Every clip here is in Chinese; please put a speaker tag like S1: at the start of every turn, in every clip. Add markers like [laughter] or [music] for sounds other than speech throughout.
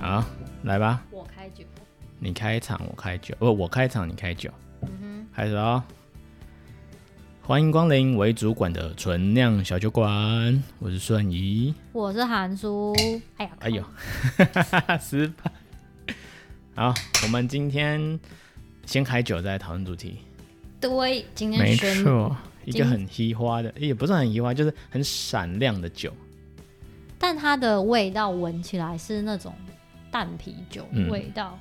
S1: 啊来吧，
S2: 我开酒。
S1: 你开场，我开酒，不，我开场，你开酒。嗯哼，开始喽！欢迎光临为主管的纯酿小酒馆，我是顺仪。
S2: 我是韩叔。哎呀，
S1: 哎呦，失败！好，我们今天先开酒，再讨论主题。
S2: 对，今天
S1: 没
S2: 选
S1: 错，一
S2: 今
S1: 个很稀花的，也不是很稀花，就是很闪亮的酒。
S2: 但它的味道闻起来是那种淡啤酒
S1: 嗯
S2: 味道。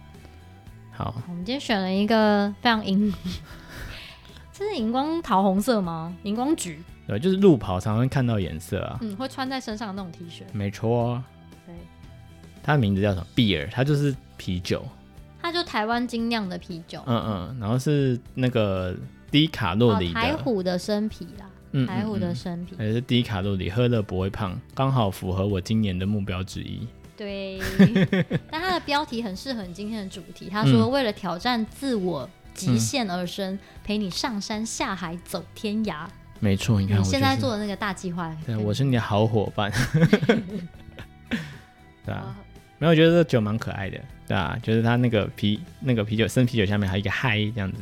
S1: 好，
S2: 我们今天选了一个非常荧， [laughs] 这是荧光桃红色吗？荧光橘，
S1: 对，就是路跑常常看到颜色啊。
S2: 嗯，会穿在身上的那种 T 恤。
S1: 没错，哦
S2: 对，
S1: 它的名字叫什么？碧尔，它就是啤酒。
S2: 它就台湾精酿的啤酒，
S1: 嗯嗯，然后是那个低卡路里的，
S2: 啊哦台虎的生啤啦，
S1: 嗯
S2: 台虎的
S1: 嗯
S2: 生啤。
S1: 嗯也是低卡路里，喝了不会胖，刚好符合我今年的目标之一。
S2: 对，
S1: [laughs]
S2: 但它的标题很适合你今天的主题。他说：“
S1: 嗯
S2: 为了挑战自我极限而生，陪你上山下海走天涯。
S1: 没错，你看
S2: 你
S1: 我、就是、
S2: 嗯现在做的那个大计划，
S1: 对，
S2: 跟
S1: 我是你的好伙伴。 [laughs] 对啊
S2: 啊，
S1: 没有，我觉得这酒蛮可爱的，对啊，就是它那个啤那个啤酒生啤酒下面还有一个嗨这样子，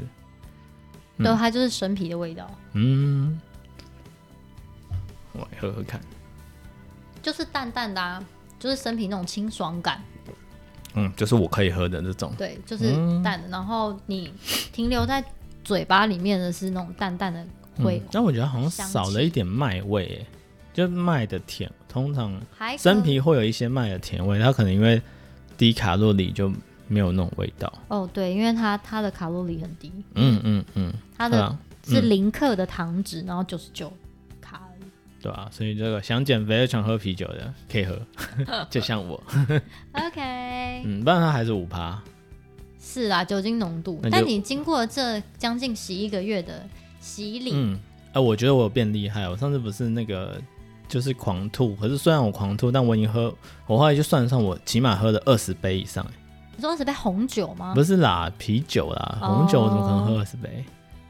S1: 嗯
S2: 对，它就是生啤的味道，
S1: 嗯，我来喝喝看，
S2: 就是淡淡的、啊，就是生啤那种清爽感，
S1: 嗯，就是我可以喝的这种，
S2: 对，就是
S1: 嗯
S2: 淡的。然后你停留在嘴巴里面的是那种淡淡的
S1: 嗯
S2: 会，，
S1: 但我觉得好像
S2: 香气
S1: 少了一点麦味耶，就麦的甜，通常
S2: 还可
S1: 生啤会有一些麦的甜味，它可能因为低卡路里就没有那种味道，
S2: 哦，对，因为它它的卡路里很低，
S1: 嗯嗯嗯，
S2: 它
S1: 对
S2: 的
S1: 啊，
S2: 是零克的糖脂，然后九十九卡而已。
S1: 对啊，所以这个想减肥又想喝啤酒的可以喝， [laughs] 就像我，
S2: OK，、
S1: 嗯，不然它还是五趴，
S2: 是啦，酒精浓度
S1: 那。就
S2: 但你经过这将近十一个月的洗礼，
S1: 嗯，哎、我觉得我有变厉害，我上次不是那个就是狂吐，可是虽然我狂吐，但我已经喝，我后来就算一算，我起码喝了二十杯以上、哎
S2: 你说是杯红酒吗？
S1: 不是啦，啤酒啦，
S2: 哦
S1: 红酒我怎么可能喝二十杯？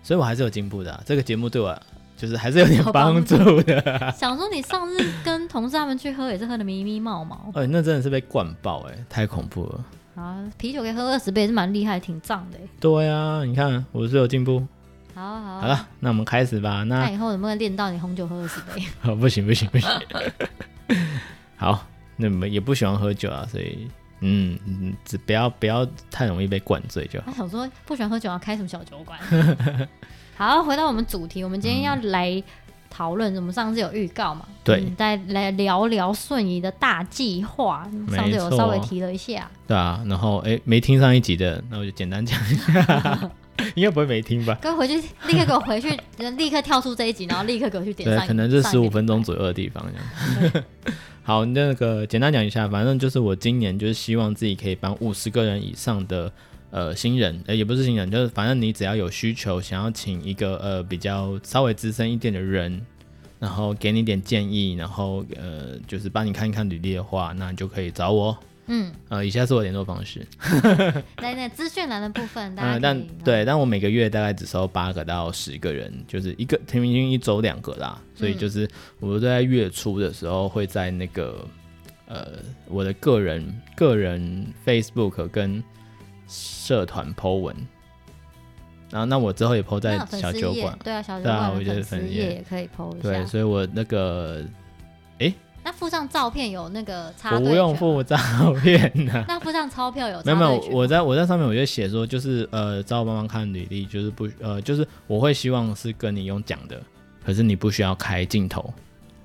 S1: 所以我还是有进步的啊、这个节目对我就是还是有点
S2: [laughs] 有帮
S1: 帮
S2: 助
S1: 助的、啊。
S2: 想说你上次跟同事他们去喝也是喝的迷迷冒冒
S1: [laughs] 哎、那真的是被灌爆哎、太恐怖了。
S2: 啊，啤酒可以喝二十杯也是蛮厉害，挺胀的欸。
S1: 对啊，你看我是有进步。
S2: 好啊好啊
S1: 好了，那我们开始吧。那
S2: 那以后能不能练到你红酒喝二十
S1: [laughs]
S2: 杯？
S1: 哦， [laughs] 不行不行不行。 [laughs] 好，那你们也不喜欢喝酒啊，所以嗯，嗯只不要不要太容易被灌醉就好。
S2: 他想说不喜欢喝酒，要开什么小酒
S1: [laughs]
S2: 馆？好，回到我们主题，我们今天要来讨论，我们上次有预告嘛？
S1: 对
S2: 嗯再来聊聊瞬移的大计划。上次有
S1: 没错
S2: 稍微提了一下，
S1: 对啊，然后哎、没听上一集的，那我就简单讲一下，应该不会没听吧？
S2: 各位回去立刻给我回去，立刻跳出这一集，然后立刻给我去点
S1: 对
S2: 上一。，
S1: 可能是
S2: 上
S1: 十
S2: 一
S1: 五
S2: 个
S1: 分钟左右的地方这样。 [laughs] 好，那个简单讲一下，反正就是我今年就是希望自己可以帮五十个人以上的呃新人，呃也不是新人，就是反正你只要有需求，想要请一个呃比较稍微资深一点的人，然后给你点建议，然后呃就是帮你看一看履历的话，那你就可以找我。
S2: 嗯，
S1: 呃，以下是我联络方式。
S2: 在那资讯栏的部分，大家可
S1: 嗯，
S2: 以
S1: 但对，但我每个月大概只收八个到十个人，就是一个平均一周两个啦，所以
S2: 嗯
S1: 就是我在月初的时候会在那个呃我的个人个人 Facebook 跟社团 po 文，然后那我之后也 po 在
S2: 那粉
S1: 小
S2: 丝
S1: 酒
S2: 页
S1: 馆，
S2: 对啊，小酒
S1: 对啊
S2: 馆
S1: 我觉
S2: 的
S1: 得
S2: 粉丝
S1: 粉
S2: 页
S1: 页
S2: 也可以 PO 一
S1: 对，
S2: 下。
S1: 所以我那个
S2: 那附上照片有那个插
S1: 不
S2: 队
S1: 用
S2: 券吗
S1: 附照片啊呐、
S2: 那附上钞票有
S1: 没
S2: 插
S1: 有没有
S2: 队，券
S1: 我在我在上面我就写说，就是呃，找我帮忙看履历，就是不呃，就是我会希望是跟你用讲的，可是你不需要开镜头。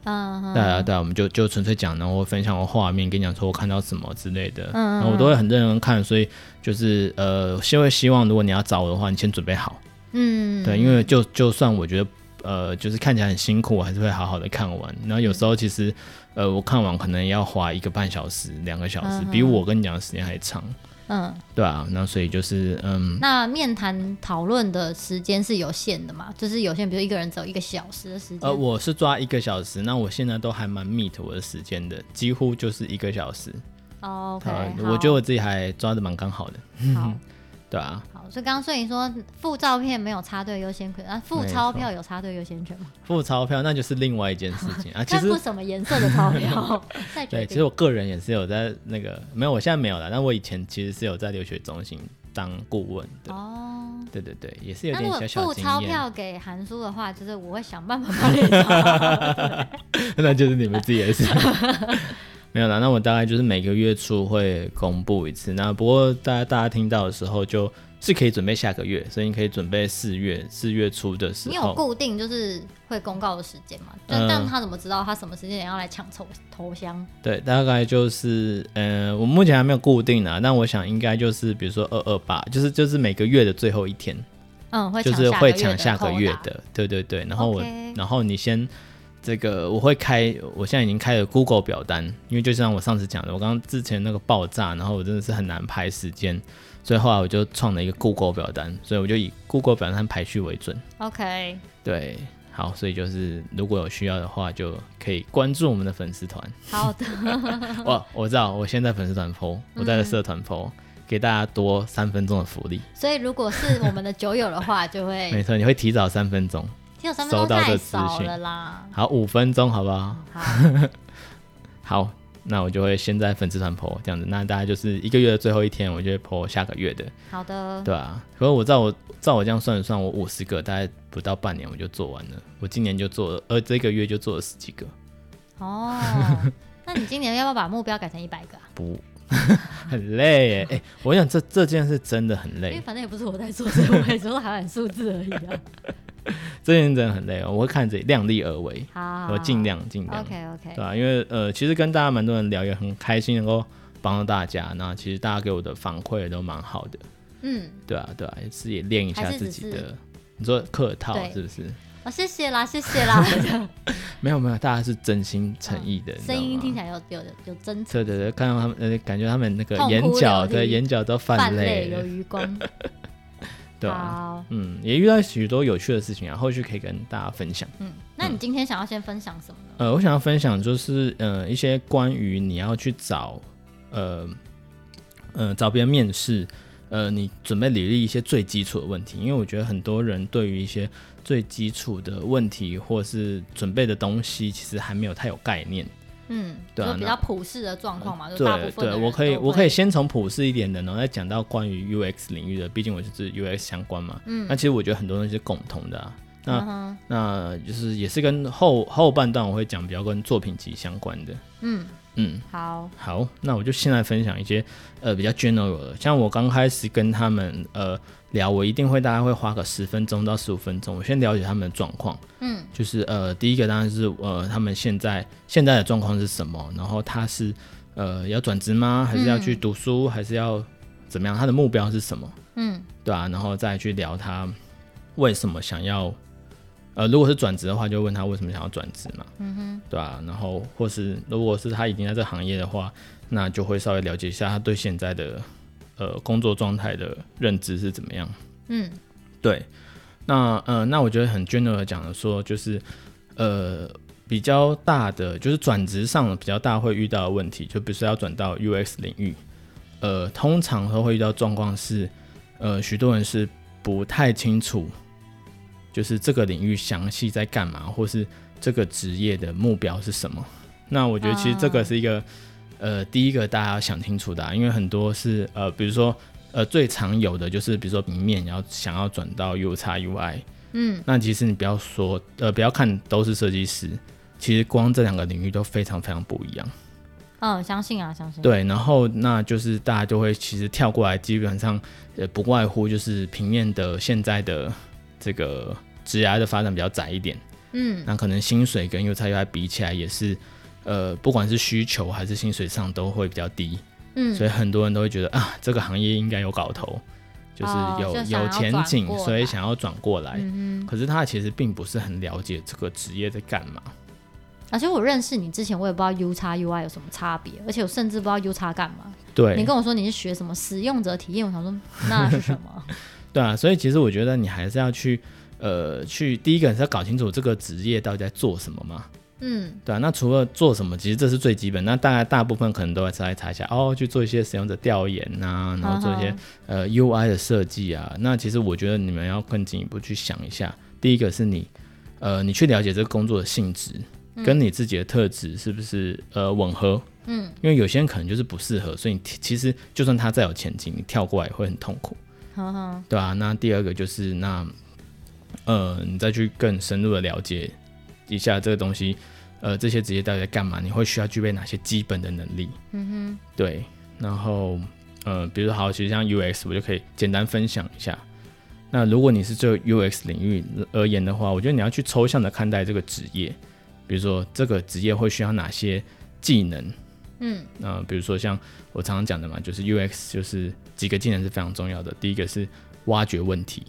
S2: 嗯哼
S1: 对啊对啊，我们就就纯粹讲，然后我分享我画面，跟你讲说我看到什么之类的，
S2: 嗯
S1: 然后我都会很认真看，所以就是呃，先会希望如果你要找我的话，你先准备好。
S2: 嗯，
S1: 对，因为就就算我觉得呃，就是看起来很辛苦，我还是会好好的看完。然后有时候其实呃，我看完可能要花一个半小时、两个小时，
S2: 嗯哼
S1: 比我跟你讲的时间还长。
S2: 嗯，
S1: 对啊，那所以就是嗯，
S2: 那面谈讨论的时间是有限的嘛？就是有限，比如一个人只有一个小时的时间。
S1: 呃，我是抓一个小时，那我现在都还蛮 meet 我的时间的，几乎就是一个小时。
S2: 哦
S1: 啊
S2: OK，
S1: 我觉得我自己还抓的蛮刚好的。
S2: 好。好
S1: 对啊，
S2: 好，所以刚刚所以说付照片没有插队优先权啊，付
S1: 没错
S2: 钞票有插队优先权吗？
S1: 付钞票那就是另外一件事情啊。其
S2: 看
S1: 实
S2: 付什么颜色的
S1: [laughs]
S2: 钞票再决
S1: 对，
S2: 定。
S1: 其实我个人也是有在那个，没有，我现在没有了，但我以前其实是有在留学中心当顾问的。
S2: 哦，
S1: 对对对，也是有
S2: 那
S1: 点
S2: 如果
S1: 小小
S2: 付
S1: 经
S2: 钞
S1: 验，
S2: 票给韩叔的话，就是我会想办法
S1: [laughs]
S2: 把你找
S1: 那就是你们自己的
S2: [laughs]
S1: 事。没有啦，那我大概就是每个月初会公布一次。那不过大家大家听到的时候，就是可以准备下个月，所以你可以准备四月四月初的时
S2: 你有
S1: 候。
S2: 固定就是会公告的时间吗？但、
S1: 嗯
S2: 但他怎么知道他什么时间点要来抢头头香？
S1: 对，大概就是呃，我目前还没有固定啊，但我想应该就是比如说二二八，就是就是每个月的最后一天。
S2: 嗯，会
S1: 就是会抢下
S2: 下
S1: 个月
S2: 的
S1: 的，对对对。然后我
S2: OK
S1: 然后你先这个，我会开，我现在已经开了 Google 表单，因为就像我上次讲的，我刚刚之前那个爆炸，然后我真的是很难排时间，所以后来我就创了一个 Google 表单，所以我就以 Google 表单排序为准。
S2: 扣打。OK，
S1: 对，好，所以就是如果有需要的话，就可以关注我们的粉丝团。
S2: [laughs] 好的，
S1: 我我知道，我现在粉丝团 PO，我
S2: 嗯
S1: 在社团 PO，、给大家多三分钟的福利。
S2: 所以如果是我们的酒友的话，就
S1: [laughs] 没
S2: 会
S1: 错，你会提早三分钟，
S2: 只有三分钟
S1: 收到
S2: 太
S1: 这资
S2: 少
S1: 讯
S2: 了啦。
S1: 好，五分钟，好不好？
S2: 好，
S1: 好，那我就会先在粉丝团 po 这样子，那大家就是一个月的最后一天，我就会 po 下个月的，
S2: 好的，
S1: [laughs] 对啊。可是我照我照我这样算一算，我五十个大概不到半年我就做完了，我今年就做了，呃，这个月就做了十几个，
S2: 哦，
S1: [laughs]
S2: 那你今年要不要把目标改成一百个、啊？
S1: 不， [laughs] 很累耶。哎、我想这这件事真的很
S2: 因为
S1: 累，
S2: 反正也不是我在做，所以我也只是喊数字而已啊。
S1: 这件事真的很累哦，我会看着量力而为，
S2: 好，
S1: 我尽。量尽量。
S2: 哦 OK OK，
S1: 对啊，因为呃，其实跟大家蛮多人聊，也很开心能够帮到大家。那其实大家给我的反馈也都蛮好的。
S2: 嗯，
S1: 对啊，对啊，也是也练一下
S2: 还是
S1: 自
S2: 只
S1: 己
S2: 是
S1: 的。你说客套
S2: 对
S1: 是不是？
S2: 哦，谢谢啦，谢
S1: [laughs]
S2: 谢啦， [laughs]
S1: 没有没有，大家是真心诚意的，
S2: 嗯声音听起
S1: 来。
S2: 来有有有有真诚，
S1: 对对对，看到他们，呃，感觉他们那个
S2: 痛哭
S1: 眼角
S2: 流
S1: 对
S2: 涕
S1: 眼角都
S2: 泛
S1: 泛
S2: 泪
S1: 泪
S2: 有
S1: 了，
S2: 余光。
S1: [laughs] 对啊，
S2: 好，
S1: 嗯，也遇到许多有趣的事情啊，后续可以跟大家分享。
S2: 嗯，那你今天想要先分享什么呢？
S1: 呃，我想要分享就是，呃，一些关于你要去找，呃，呃，找别人面试，呃，你准备履历一些最基础的问题，因为我觉得很多人对于一些最基础的问题或是准备的东西，其实还没有太有概念。
S2: 嗯，
S1: 对啊
S2: 就比
S1: 那
S2: 较普世的状况嘛，就大部
S1: 对
S2: 分的
S1: 对，
S2: 人
S1: 我可以
S2: 都
S1: 我可以
S2: 会
S1: 先从普世一点的，然后再讲到关于 UX 领域的，毕竟我就是 UX 相关嘛。嗯，那其实我觉得很多东西是共同的啊。那、
S2: 嗯哼
S1: 那就是也是跟后后半段我会讲比较跟作品集相关的。
S2: 嗯
S1: 嗯，
S2: 好，
S1: 好，那我就先来分享一些呃比较 general 的，像我刚开始跟他们呃聊，我一定会大概会花个十分钟到十五分钟，我先了解他们的状况。
S2: 嗯，
S1: 就是呃第一个当然是呃他们现在现在的状况是什么，然后他是呃要转职吗？还是要去读书？还是要怎么样？他的目标是什么？
S2: 嗯
S1: 对啊，然后再去聊他为什么想要，呃，如果是转职的话，就问他为什么想要转职嘛，嗯哼，对啊，然后或是如果是他已经在这个行业的话，那就会稍微了解一下他对现在的呃工作状态的认知是怎么样。
S2: 嗯
S1: 对，那呃，那我觉得很 general 地讲的说，就是呃比较大的，就是转职上比较大会遇到的问题，就比如说要转到 UX 领域，呃，通常都会遇到状况是，呃，许多人是不太清楚，就是这个领域详细在干嘛，或是这个职业的目标是什么。那我觉得其实这个是一
S2: 啊
S1: 个。呃，第一个大家要想清楚的啊、因为很多是呃，比如说呃，最常有的就是比如说平面，然后想要转到 U x UI，
S2: 嗯
S1: 那其实你不要说呃，不要看都是设计师，其实光这两个领域都非常非常不一样。
S2: 嗯，相信啊，相信。
S1: 对，然后那就是大家就会其实跳过来，基本上呃不外乎就是平面的现在的这个职涯的发展比较窄一点，
S2: 嗯
S1: 那可能薪水跟 U x UI 比起来也是呃不管是需求还是薪水上都会比较低。
S2: 嗯，
S1: 所以很多人都会觉得啊，这个行业应该有搞头，就是
S2: 哦
S1: 有、
S2: 就想
S1: 有
S2: 要
S1: 前
S2: 转
S1: 景
S2: 过，
S1: 所以
S2: 来
S1: 想要转过来。
S2: 嗯
S1: 可是他其实并不是很了解这个职业在干嘛。
S2: 哼，而且我认识你之前，我也不知道 U 叉 UI 有什么差别，而且我甚至不知道 U 叉干嘛。你
S1: 对，
S2: 跟我说你是学什么使用者体验，我想说那是什
S1: [laughs]
S2: 么？
S1: 对啊，所以其实我觉得你还是要去，呃，去第一个是要搞清楚这个职业到底在做什么嘛。
S2: 嗯，
S1: 对啊，那除了做什么，其实这是最基本。那大概大部分可能都会稍微查一下哦，去做一些使用者调研呐、然后做一些
S2: 好
S1: 呃 UI 的设计啊。那其实我觉得你们要更进一步去想一下，第一个是你呃，你去了解这个工作的性质跟你自己的特质是不是呃吻合。
S2: 嗯，
S1: 因为有些人可能就是不适合，所以你其其实就算他再有前景，你跳过来也会很痛苦。
S2: 好好，
S1: 对啊，那第二个就是那，呃，你再去更深入的了解一下这个东西，呃，这些职业到底在干嘛？你会需要具备哪些基本的能力？嗯哼，对。然后，呃，比如说好，其实像 UX，我就可以简单分享一下。那如果你是就 UX 领域而言的话，我觉得你要去抽象的看待这个职业，比如说这个职业会需要哪些技能，
S2: 嗯
S1: 那比如说像我常常讲的嘛，就是 UX 就是几个技能是非常重要的。第一个是挖掘问题，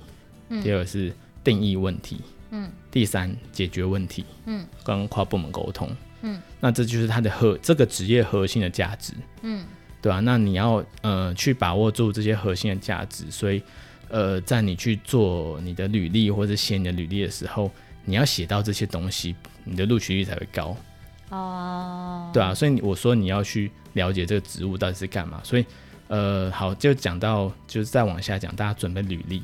S2: 嗯
S1: 第二个是定义问题，
S2: 嗯，
S1: 第三解决问题，
S2: 嗯，
S1: 跟跨部门沟通，
S2: 嗯，
S1: 那这就是它的核这个职业核心的价值，
S2: 嗯
S1: 对吧、那你要呃去把握住这些核心的价值，所以呃，在你去做你的履历或者写你的履历的时候，你要写到这些东西，你的录取率才会高。
S2: 哦，
S1: 对啊，所以你我说你要去了解这个职务到底是干嘛，所以呃，好，就讲到就是再往下讲，大家准备履历，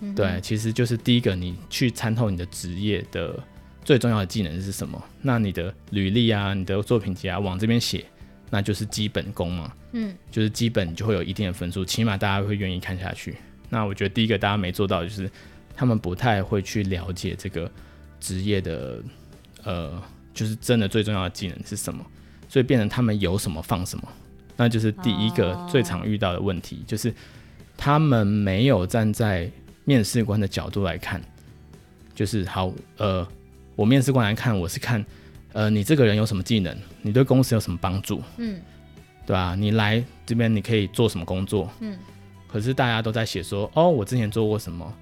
S2: 嗯哼
S1: 对，其实就是第一个你去参透你的职业的最重要的技能是什么，那你的履历啊，你的作品集啊，往这边写，那就是基本功嘛，
S2: 嗯，
S1: 就是基本就会有一定的分数，起码大家会愿意看下去。那我觉得第一个大家没做到的就是他们不太会去了解这个职业的呃，就是真的最重要的技能是什么，所以变成他们有什么放什么，那就是第一个
S2: 哦
S1: 最常遇到的问题，就是他们没有站在面试官的角度来看，就是好呃，我面试官来看，我是看呃你这个人有什么技能，你对公司有什么帮助，
S2: 嗯
S1: 对吧、你来这边你可以做什么工作？
S2: 嗯，
S1: 可是大家都在写说，哦，我之前做过什么，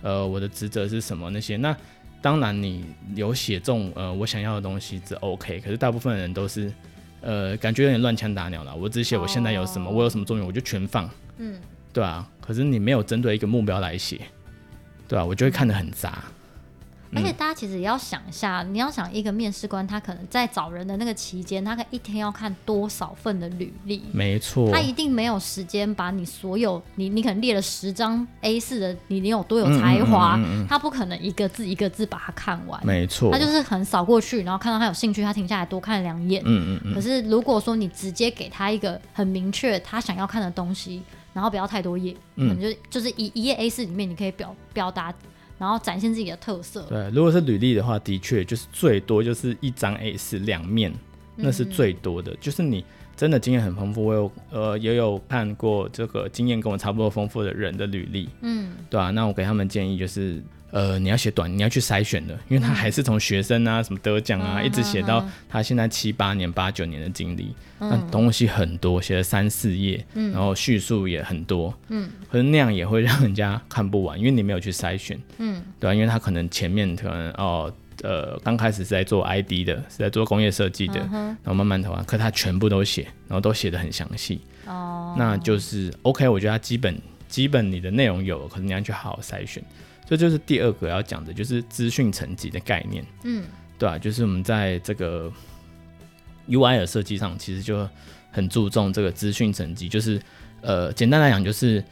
S1: 呃，我的职责是什么那些。那当然你有写中呃我想要的东西，这 OK。可是大部分人都是，呃，感觉有点乱枪打鸟了。我只写我现在有什么，
S2: 哦
S1: 我有什么作用，我就全放，
S2: 嗯
S1: 对啊。可是你没有针对一个目标来写，对啊，我就会看得很杂。
S2: 而
S1: 嗯
S2: 且大家其实也要想一下，你要想一个面试官，他可能在找人的那个期间，他可能一天要看多少份的履历，
S1: 没错
S2: 他，一定没有时间把你所有你你可能列了十张 A 四的，你你有多有才
S1: 嗯
S2: 华，他不可能一个字一个字把它看完，
S1: 没错，
S2: 他就是很扫过去，然后看到他有兴趣，他停下来多看两眼。
S1: 嗯嗯嗯，
S2: 可是如果说你直接给他一个很明确他想要看的东西，然后不要太多页，
S1: 嗯
S2: 可能就就是一一页 A 四里面你可以表表达，然后展现自己的特色。
S1: 对，如果是履历的话，的确就是最多就是一张 A 四两面，
S2: 嗯
S1: 那是最多的。就是你真的经验很丰富，我有呃也有看过这个经验跟我差不多丰富的人的履历，
S2: 嗯
S1: 对啊，那我给他们建议就是，呃，你要写短，你要去筛选的，因为他还是从学生啊、什么得奖啊，
S2: 嗯嗯
S1: 一直写到他现在七八年、八九年的经历，那东西很多，写了三四页，然后叙述也很多，
S2: 嗯，
S1: 可是那样也会让人家看不完，因为你没有去筛选，
S2: 嗯，
S1: 对啊，因为他可能前面可能哦。呃，刚开始是在做 ID 的，是在做工业设计的，然后慢慢投啊，可他全部都写，然后都写的很详细，
S2: 哦，
S1: 那就是 OK，我觉得它基本基本你的内容有，可能你要去好好筛选。这就是第二个要讲的，就是资讯层级的概念，
S2: 嗯
S1: 对啊，就是我们在这个 UI 的设计上，其实就很注重这个资讯层级，就是呃，简单来讲，就是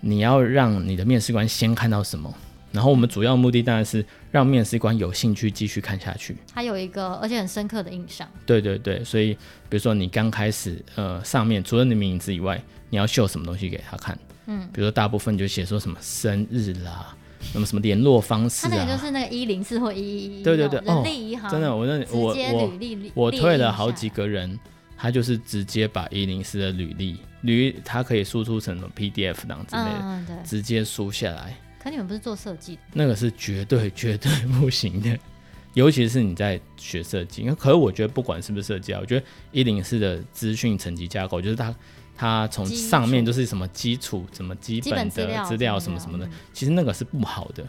S1: 你要让你的面试官先看到什么，然后我们主要目的当然是让面试官有兴趣继续看下去。
S2: 他有一个而且很深刻的印象。
S1: 对对对，所以比如说你刚开始，呃，上面除了你名字以外，你要秀什么东西给他看？嗯，比如说大部分就写说什么生日啦，什么什么联络方式
S2: 他那个就
S1: 啊。
S2: 是那个一零四或一一一，
S1: 对对对哦
S2: 那种人力银行、
S1: 真的，我那我
S2: 直接
S1: 我
S2: 履历
S1: 我退了好几
S2: 个，
S1: 个人，他就是直接把一零四的履历履，他可以输出成什么 PDF 档之类的，
S2: 嗯嗯对。
S1: 直接输下来，
S2: 可你们不是做设计的，
S1: 那个是绝对绝对不行的。 [laughs] 尤其是你在学设计，因为可是我觉得不管是不是设计啊，我觉得一零四的资讯层级架构，就是它它从
S2: 基础
S1: 上面就是什么基础、什么基
S2: 基
S1: 本
S2: 资
S1: 的
S2: 料
S1: 资料什么什么的，
S2: 嗯
S1: 其实那个是不好的，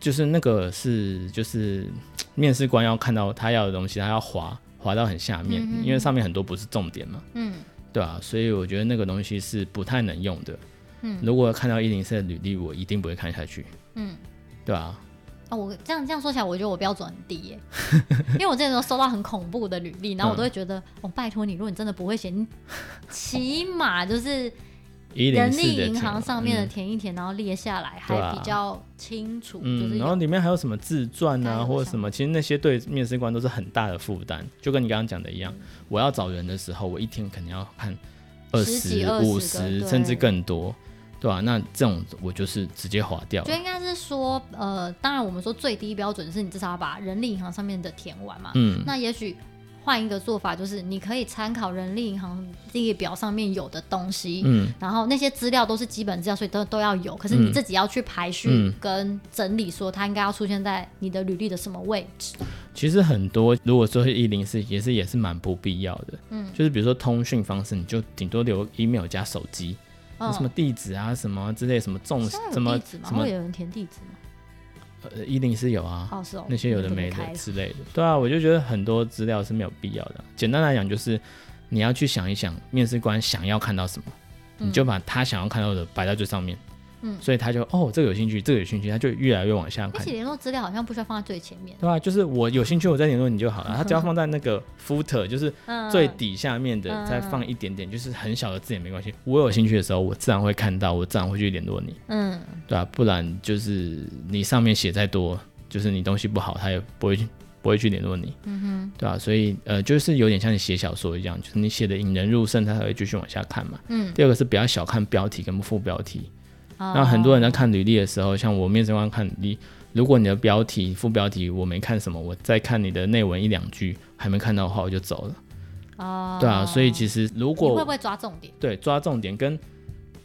S1: 就是那个是就是面试官要看到他要的东西，他要滑滑到很下面，
S2: 嗯嗯嗯
S1: 因为上面很多不是重点嘛，
S2: 嗯
S1: 对啊，所以我觉得那个东西是不太能用的。
S2: 嗯
S1: 如果看到一零四的履历，我一定不会看下去。
S2: 嗯，
S1: 对啊，
S2: 啊，我这样这样说起来，我觉得我标准很低耶、
S1: [laughs]
S2: 因为我之前都收到很恐怖的履历，
S1: 嗯
S2: 然后我都会觉得，哦，拜托你，如果你真的不会写，你起码就是
S1: 一零
S2: 人
S1: 四
S2: 力
S1: 的
S2: 银行
S1: 钱嗯
S2: 上面的填一填，然后列下来，还
S1: 对啊
S2: 比较清楚，就
S1: 嗯，
S2: 是
S1: 然
S2: 有
S1: 后里面还有什么自传
S2: 大家
S1: 啊，
S2: 有
S1: 或者
S2: 想
S1: 什么，其实那些对面试官都是很大的负担。就跟你刚刚讲的一样，我要找人的时候，我一天肯定要看二
S2: 十几
S1: 十
S2: 20
S1: 五
S2: 个
S1: 十
S2: 对
S1: 甚至更多，对吧、那这种我就是直接划掉
S2: 就
S1: 了。
S2: 应该是说，呃，当然我们说最低标准是你至少要把人力银行上面的填完嘛。
S1: 嗯，
S2: 那也许换一个做法，就是你可以参考人力银行列表上面有的东西，
S1: 嗯，
S2: 然后那些资料都是基本资料，所以都都要有。可是你
S1: 嗯
S2: 自己要去排序
S1: 嗯
S2: 跟整理，说它应该要出现在你的履历的什么位置。
S1: 其实很多如果说是一零四，也是也是蛮不必要的。嗯，就是比如说通讯方式，你就顶多留 email 加手机，
S2: 嗯，
S1: 什么地址啊什么之类，什么重
S2: 现在有
S1: 什嗯么
S2: 地址吗？
S1: 什么
S2: 会有人填地址吗？
S1: 呃一零四有啊，
S2: 哦，是哦，
S1: 那些有的
S2: 我
S1: 没
S2: 就开
S1: 的
S2: 了
S1: 之类的。对啊，我就觉得很多资料是没有必要的啊。简单来讲，就是你要去想一想，面试官想要看到什么，你就把他想要看到的摆在最上面。
S2: 嗯
S1: 所以他就哦，这个有兴趣，这个有兴趣，他就越来越往下
S2: 而
S1: 看
S2: 且，联络资料好像不需要放在最前面，
S1: 对吧、啊就是我有兴趣，我再联络你就好
S2: [laughs]
S1: 了。他只要放在那个 footer，就是
S2: 嗯，
S1: 最底下面的，
S2: 嗯
S1: 再放一点点，就是很小的字也没关系。我有兴趣的时候，我自然会看到，我自然会去联络你，
S2: 嗯，
S1: 对吧、不然就是你上面写再多，就是你东西不好，他也不会去不会去联络你。
S2: 嗯
S1: 对啊，所以呃，就是有点像你写小说一样，就是你写的引人入胜，他才会继续往下看嘛。
S2: 嗯，哦
S1: 第二个是不要小看标题跟副标题。
S2: 那
S1: 那很多人在看履历的时候，像我面试官看履历，如果你的标题、副标题我没看什么，我再看你的内文一两句还没看到的话，我就走了。
S2: 啊
S1: 对啊，所以其实如
S2: 你会
S1: 果
S2: 不会抓重点？
S1: 对抓重点跟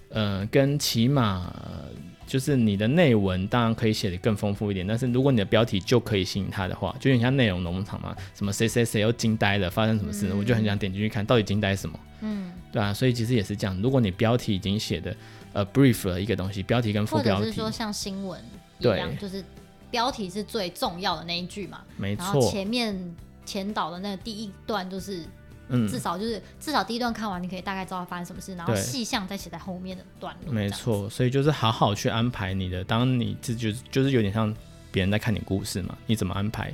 S1: 呃跟起码。呃就是你的内文当然可以写得更丰富一点，但是如果你的标题就可以吸引他的话，就有点像内容农场嘛，什么谁谁谁又惊呆了，发生什么事呢？我就很想点进去看到底惊呆什么，
S2: 嗯，
S1: 对啊，所以其实也是这样，如果你标题已经写的呃 brief 了一个东西，标题跟副
S2: 或者
S1: 标
S2: 是
S1: 题
S2: 说，像新闻一样，
S1: 对
S2: 就是标题是最重要的那一句嘛，
S1: 没
S2: 然后
S1: 错，
S2: 前面前导的那个第一段就是
S1: 嗯
S2: 至，少就是、至少第一段看完，你可以大概知道发生什么事，然后
S1: 对
S2: 细项再写在后面的段落。
S1: 没
S2: 这样，
S1: 错，所以就是好好去安排你的，当你自己就是就是有点像别人在看你故事嘛，你怎么安排？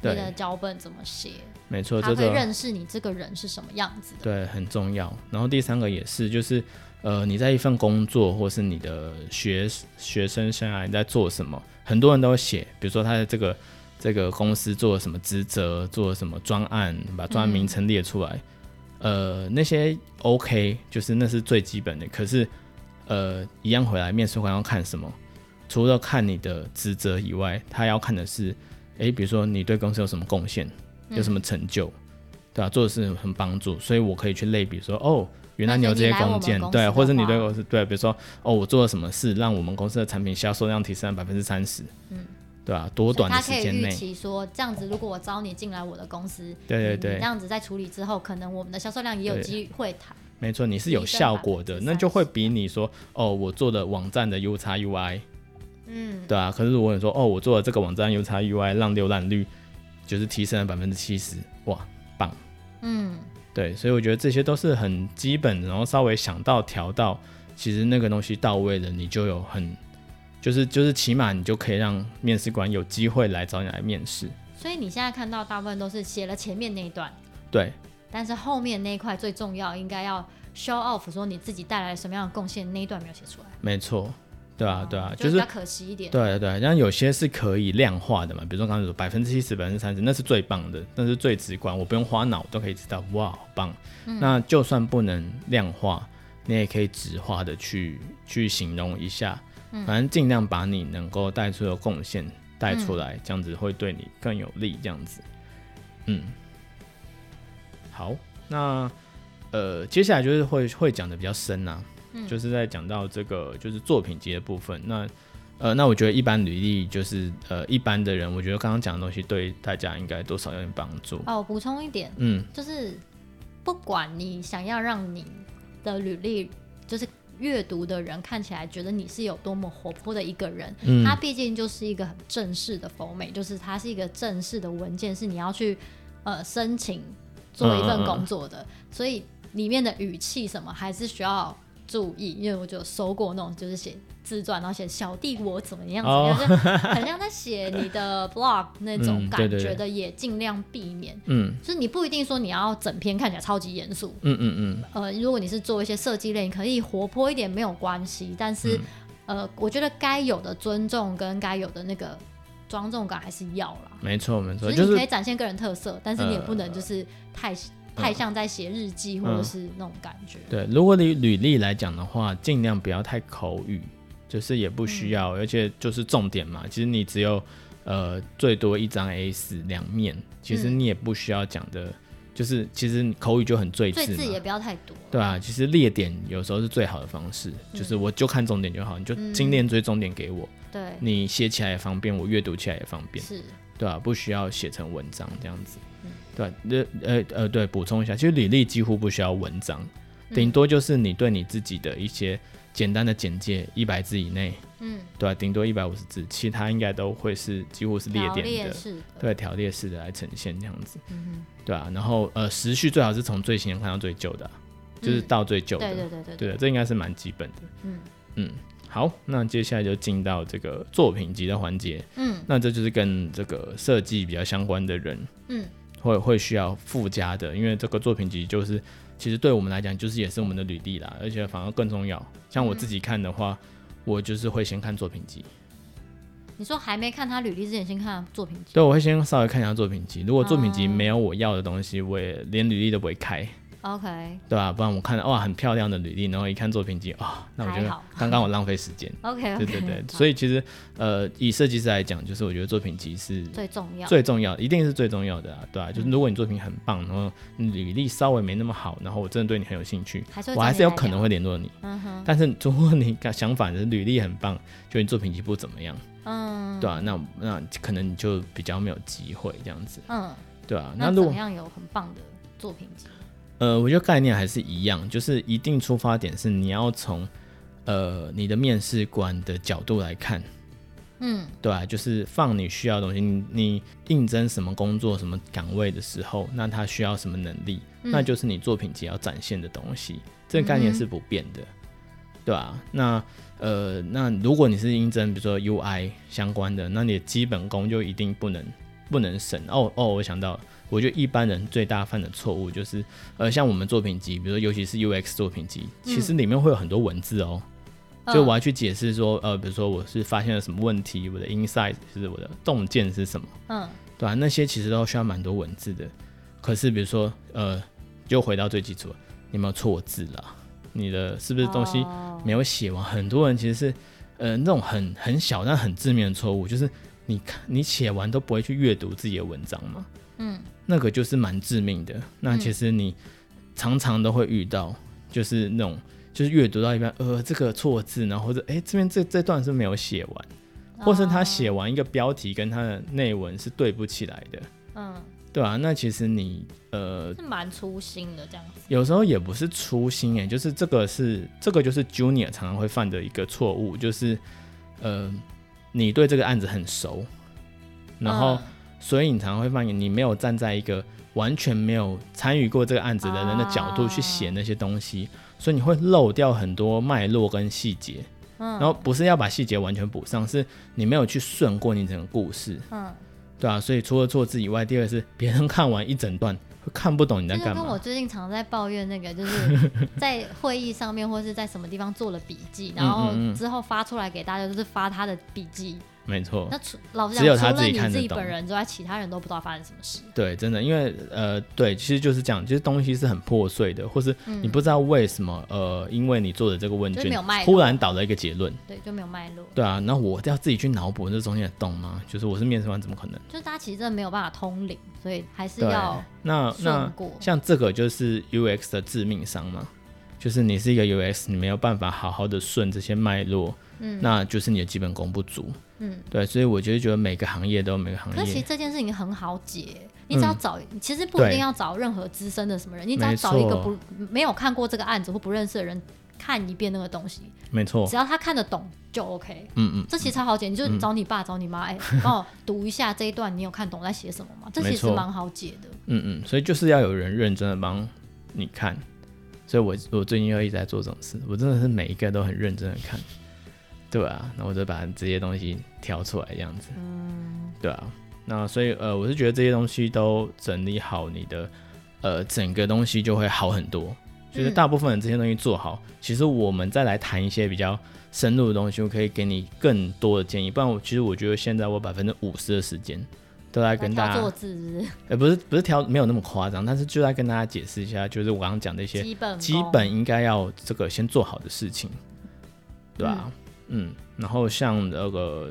S2: 你的
S1: 对，
S2: 脚本怎么写，
S1: 没错，
S2: 他
S1: 这
S2: 会
S1: 个
S2: 认识你这个人是什么样子的。
S1: 对，很重要。然后第三个也是，就是呃，你在一份工作或是你的学学生生涯你在做什么，很多人都会写，比如说他在这个这个公司做了什么职责，做了什么专案，把专案
S2: 嗯
S1: 名称列出来。呃，那些 OK，就是那是最基本的。可是呃，一样回来，面试官要看什么？除了看你的职责以外，他要看的是，诶，比如说你对公司有什么贡献，
S2: 嗯
S1: 有什么成就，对吧、做的是很帮助，所以我可以去类比说，哦，原来你有这些
S2: 那
S1: 弓
S2: 是你来
S1: 箭
S2: 我们公，司
S1: 对，啊
S2: 的
S1: 或者你对
S2: 话
S1: 公司对，比如说，哦，我做了什么事让我们公司的产品销售量提升百分之三十，嗯，对吧、多
S2: 所以
S1: 短
S2: 他
S1: 的
S2: 可
S1: 时
S2: 以
S1: 间
S2: 预
S1: 内，
S2: 期说，这样子，如果我招你进来我的公司，
S1: 对对
S2: 你
S1: 对
S2: 这，样子在处理之后，可能我们的销售量也有
S1: 对
S2: 机会谈。
S1: 没错，你是有效果的，
S2: 提升
S1: 那就会比你说，哦，我做的网站的 U 叉 UI，
S2: 嗯，
S1: 对啊，可是如果你说，哦，我做的这个网站 U 叉 UI 让浏览率就是提升了百分之七十，哇，
S2: 嗯，
S1: 对，所以我觉得这些都是很基本，然后稍微想到调到，其实那个东西到位了，你就有很，就是就是起码你就可以让面试官有机会来找你来面试。
S2: 所以你现在看到大部分都是写了前面那一段，
S1: 对，
S2: 但是后面那一块最重要，应该要 show off，说你自己带来了什么样的贡献，那一段没有写出来。哦
S1: 没错，对啊，对啊，就
S2: 比
S1: 是
S2: 较可惜一点。
S1: 对对，像有些是可以量化的嘛，比如说刚才说百分之七十、百分之三十，那是最棒的，那是最直观，我不用花脑都可以知道，哇，好棒。那就算不能量化，你也可以直化的去去形容一下，反正尽量把你能够带出的贡献带出来，这样子会对你更有利。这样子，嗯，好，那呃，接下来就是会会讲的比较深啦、
S2: 嗯
S1: 就是在讲到这个就是作品集的部分，那。呃，那我觉得一般履历就是呃一般的人，我觉得刚刚讲的东西对大家应该多少有点帮助。
S2: 哦，我补充一点，
S1: 嗯，
S2: 就是不管你想要让你的履历，就是阅读的人看起来觉得你是有多么活泼的一个人，
S1: 嗯
S2: 它毕竟就是一个很正式的 f o m 就是它是一个正式的文件，是你要去呃申
S1: 嗯
S2: 请做一份工作的，所以里面的语气什么还是需要注意，因为我就有收过那种就是写自传，然后写小弟我怎么样怎
S1: 哦
S2: 么样，就很像在写你的 blog 那种
S1: 嗯
S2: 感
S1: 对对
S2: 觉
S1: 对
S2: 的，也尽量避免。
S1: 嗯
S2: 就是你不一定说你要整篇看起来超级严肃，
S1: 嗯嗯嗯，
S2: 呃，如果你是做一些设计类，你可以活泼一点没有关系，但是、
S1: 嗯
S2: 呃，我觉得该有的尊重跟该有的那个庄重感还是要啦。
S1: 没错没错，
S2: 所以
S1: 就
S2: 你可
S1: 是呃
S2: 以展现个人特色，但是你也不能就是太、太像在写日记或
S1: 嗯
S2: 者是那种感觉。
S1: 对。如果你履历来讲的话，尽量不要太口语，就是也不需要，而且就是重点嘛。其实你只有呃最多一张 A 4两面，其实你也不需要讲的，就是其实你口语就很最
S2: 所以
S1: 字
S2: 字
S1: 嘛
S2: 也。不要太多。
S1: 对啊，其实列点有时候是最好的方式，就是我就看重点就好，你就精炼追重点给我，
S2: 对，
S1: 你写起来也方便，我阅读起来也方便。
S2: 是
S1: 对啊，不需要写成文章这样子。
S2: 嗯
S1: 对啊、呃呃呃，对，补充一下，其实履历几乎不需要文章，
S2: 嗯
S1: 顶多就是你对你自己的一些简单的简介，一百字以内，
S2: 嗯，
S1: 对啊，顶多一百五十字，其他应该都会是几乎是列
S2: 条
S1: 点
S2: 列
S1: 的，
S2: 式的。嗯
S1: 对，条列式的来呈现这样子。对啊，然后呃，时序最好是从最新的看到最旧的啊、就是
S2: 嗯
S1: 到最旧的。
S2: 对对对对对，
S1: 对的，这应该是蛮基本的。
S2: 嗯
S1: 嗯，好，那接下来就进到这个作品集的环节。
S2: 嗯
S1: 那这就是跟这个设计比较相关的人
S2: 嗯，
S1: 会会需要附加的，因为这个作品集就是其实对我们来讲就是也是我们的履历啦，而且反而更重要。像我自己看的话，我就是会先看作品集，
S2: 你说还没看他履历之前，先看他作品集
S1: 对，我会先稍微看一下作品集。如果作品集
S2: 哦
S1: 没有我要的东西，我也连履历都不会开，
S2: ，OK
S1: 对吧、不然我看到哇很漂亮的履历，然后一看作品集啊、那我
S2: 还
S1: 觉得
S2: 好 [laughs]
S1: 刚刚我浪费时间。
S2: OK，
S1: 对对对，所以其实呃，以设计师来讲，就是我觉得作品集是
S2: 最重要。嗯
S1: 最重要的，一定是最重要的啊，对啊，就是如果你作品很棒，然后你履历稍微没那么好，然后我真的对你很有兴趣，
S2: 还是会
S1: 我还
S2: 找
S1: 是
S2: 你
S1: 有
S2: 来
S1: 可
S2: 聊
S1: 能会联络你。
S2: 嗯
S1: 但是如果你想法是履历很棒，就你作品集不怎么样，
S2: 嗯
S1: 对啊，那那可能你就比较没有机会这样子，
S2: 嗯，
S1: 对啊。
S2: 那
S1: 如
S2: 怎
S1: 果
S2: 么样有很棒的作品集？
S1: 呃，我觉得概念还是一样，就是一定出发点是你要从呃你的面试官的角度来看，
S2: 嗯，
S1: 对啊，就是放你需要的东西，你你应征什么工作、什么岗位的时候，那他需要什么能力，那就是你作品集要展现的东西，这个概念是不变的，对啊，那呃，那如果你是应征，比如说 UI 相关的，那你的基本功就一定不能不能省。哦哦，我想到了，我觉得一般人最大犯的错误就是，呃，像我们作品集，比如说尤其是 UX 作品集，其实里面会有很多文字哦。就我要去解释说，呃，比如说我是发现了什么问题，我的 insight 是我的洞见是什么，
S2: 嗯
S1: 对啊吧、那些其实都需要蛮多文字的。可是比如说，呃，就回到最基础了，你有没有错字啦？你的是不是东西
S2: 哦
S1: 没有写完？很多人其实是，呃，那种很很小但很致命的错误，就是你看你写完都不会去阅读自己的文章嘛，
S2: 嗯
S1: 那个就是蛮致命的。那其实你常常都会遇到，就是那种就是阅读到一半，呃，这个错字，然后或者哎这边这这段是没有写完，或是他写完一个标题跟他的内文是对不起来的，
S2: 嗯，
S1: 对啊，那其实你呃
S2: 是蛮粗心的这样子。
S1: 有时候也不是粗心哎，就是这个是这个就是 junior 常常会犯的一个错误，就是呃你对这个案子很熟，然后。
S2: 嗯
S1: 所以你常常会发现，你没有站在一个完全没有参与过这个案子的人的角度去写那些东西，所以你会漏掉很多脉络跟细节。
S2: 嗯
S1: 然后不是要把细节完全补上，是你没有去顺过你整个故事，
S2: 嗯，
S1: 对啊。所以除了错字以外，第二是别人看完一整段会看不懂你
S2: 这
S1: 在
S2: 就
S1: 干
S2: 跟我
S1: 嘛。
S2: 最近常在抱怨那个，就是
S1: [laughs]
S2: 在会议上面或是在什么地方做了笔记，然后
S1: 嗯嗯
S2: 之后发出来给大家，就是发他的笔记。
S1: 没错，
S2: 那除老实
S1: 只有
S2: 讲，除
S1: 他
S2: 了
S1: 自己
S2: 你
S1: 看
S2: 自
S1: 得
S2: 己
S1: 懂
S2: 本人之外，其他人都不知道发生什么事。
S1: 对，真的，因为呃，对，其实就是这样，就是东西是很破碎的，或是你不知道为什么，呃，因为你做的这个问
S2: 嗯就是
S1: 卷
S2: 没有脉，
S1: 突
S2: 络
S1: 然导了一个结论，
S2: 对，就没有脉络。
S1: 对啊，那我要自己去脑补这中间的洞吗？就是我是面试官，怎么可能？
S2: 就是大家其实真的没有办法通灵，所以还是
S1: 对
S2: 要，
S1: 那那
S2: 顺过
S1: 像这个就是 UX 的致命伤嘛，就是你是一个 UX，你没有办法好好的顺这些脉络，嗯，那就是你的基本功不足，
S2: 嗯，
S1: 对，所以我就觉得每个行业都有每个行
S2: 可是其
S1: 业
S2: 实，这件事情很好解，你只要找，其实不一
S1: 嗯对
S2: 定要找任何资深的什么人，你只要
S1: 没
S2: 找一个
S1: 错
S2: 不没有看过这个案子或不认识的人看一遍那个东西，
S1: 没错
S2: 只，要他看得懂就 OK。
S1: 哦嗯嗯，
S2: 这其实超好解，你就找你爸、找你妈，哎、帮我读一下这一段，你有看懂在写什么吗？这
S1: 没
S2: 其实
S1: 错嗯
S2: 蛮好解的。
S1: 嗯嗯，所以就是要有人认真的帮你看，所以我我最近又一直在做这种事，我真的是每一个都很认真的看，对啊，那我就把这些东西挑出来这样子，对啊，那所以呃，我是觉得这些东西都整理好你的，呃，整个东西就会好很多。就是大部分的这些东西做好，其实我们再来谈一些比较深入的东西，我可以给你更多的建议。不然我其实我觉得现在我百分之五十的时间都在跟大
S2: 挑
S1: 家
S2: 坐姿是不是
S1: 呃，不是不是调没有那么夸张，但是就在跟大家解释一下，就是我刚刚讲的一些
S2: 基本
S1: 基
S2: 功
S1: 本应该要这个先做好的事情，对吧、嗯然后像那个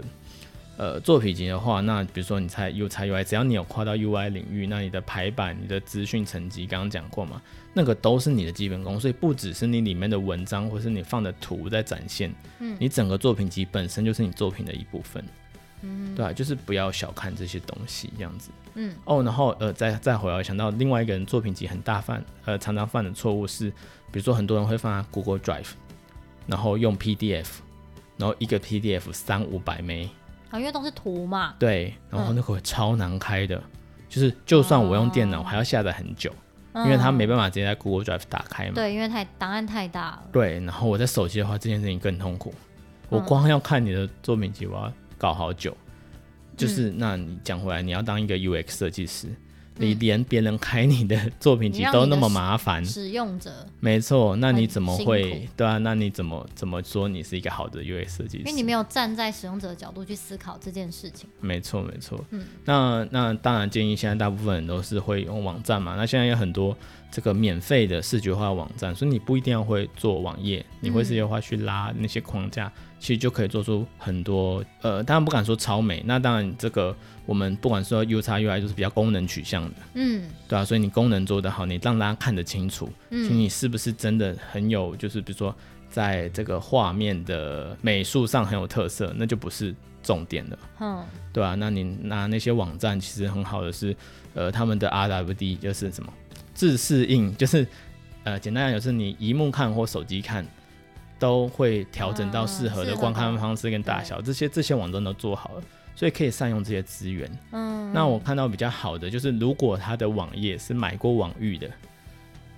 S1: 呃作品集的话，那比如说你猜 U 猜 UI，只要你有跨到 UI 领域，那你的排版、你的资讯层级，刚刚讲过嘛，那个都是你的基本功，所以不只是你里面的文章或是你放的图在展现，嗯，你整个作品集本身就是你作品的一部分。嗯，对啊，就是不要小看这些东西，这样子。嗯，哦，然后呃，再再回来想到另外一个人作品集很大犯，呃，常常犯的错误是，比如说很多人会放在 Google Drive，然后用 PDF，然后一个 PDF 三五百枚，
S2: 啊，因为都是图嘛，
S1: 对，
S2: 嗯
S1: 然后那个超难开的，就是就算我用电脑，我还要下载很久，因为它没办法直接在 Google Drive 打开嘛。
S2: 嗯对，因为太档案太大了，
S1: 对，然后我在手机的话，这件事情更痛苦，
S2: 嗯
S1: 我光要看你的作品集，我要搞好久。
S2: 嗯
S1: 就是，那你讲回来，你要当一个 UX 设计师，你连别人开你的作品集
S2: 你让
S1: 都
S2: 你
S1: 那
S2: 的
S1: 么
S2: 使
S1: 麻烦，
S2: 使用者，
S1: 没错，那你
S2: 很
S1: 怎么
S2: 辛
S1: 会
S2: 苦
S1: 对啊？那你怎么怎么说你是一个好的 UX 设计
S2: 因为你
S1: 师？
S2: 没有站在使用者的角度去思考这件事情，
S1: 没错，没错。那那当然建议现在大部分人都是会用网站嘛。那现在有很多这个免费的视觉化网站，所以你不一定要会做网页，你会视觉化去拉那些框架，其实就可以做出很多呃，当然不敢说超美。那当然这个我们不管说 U 叉 UI 就是比较功能取向的，
S2: 嗯，
S1: 对啊，所以你功能做得好，你让大家看得清楚，嗯，你是不是真的很有，就是比如说在这个画面的美术上很有特色，那就不是重点了，
S2: 哼，
S1: 对啊，那你拿那些网站其实很好的是，呃，他们的 RWD 就是什么自适应，就是呃，简单来讲就是你一目看或手机看。都会调整到适合
S2: 啊适
S1: 的
S2: 合
S1: 观看
S2: 的
S1: 方式跟大
S2: 对
S1: 小，这些这些网站都做好了，所以可以善用这些资源。
S2: 嗯，
S1: 那我看到比较好的就是，如果他的网页是买过网域的，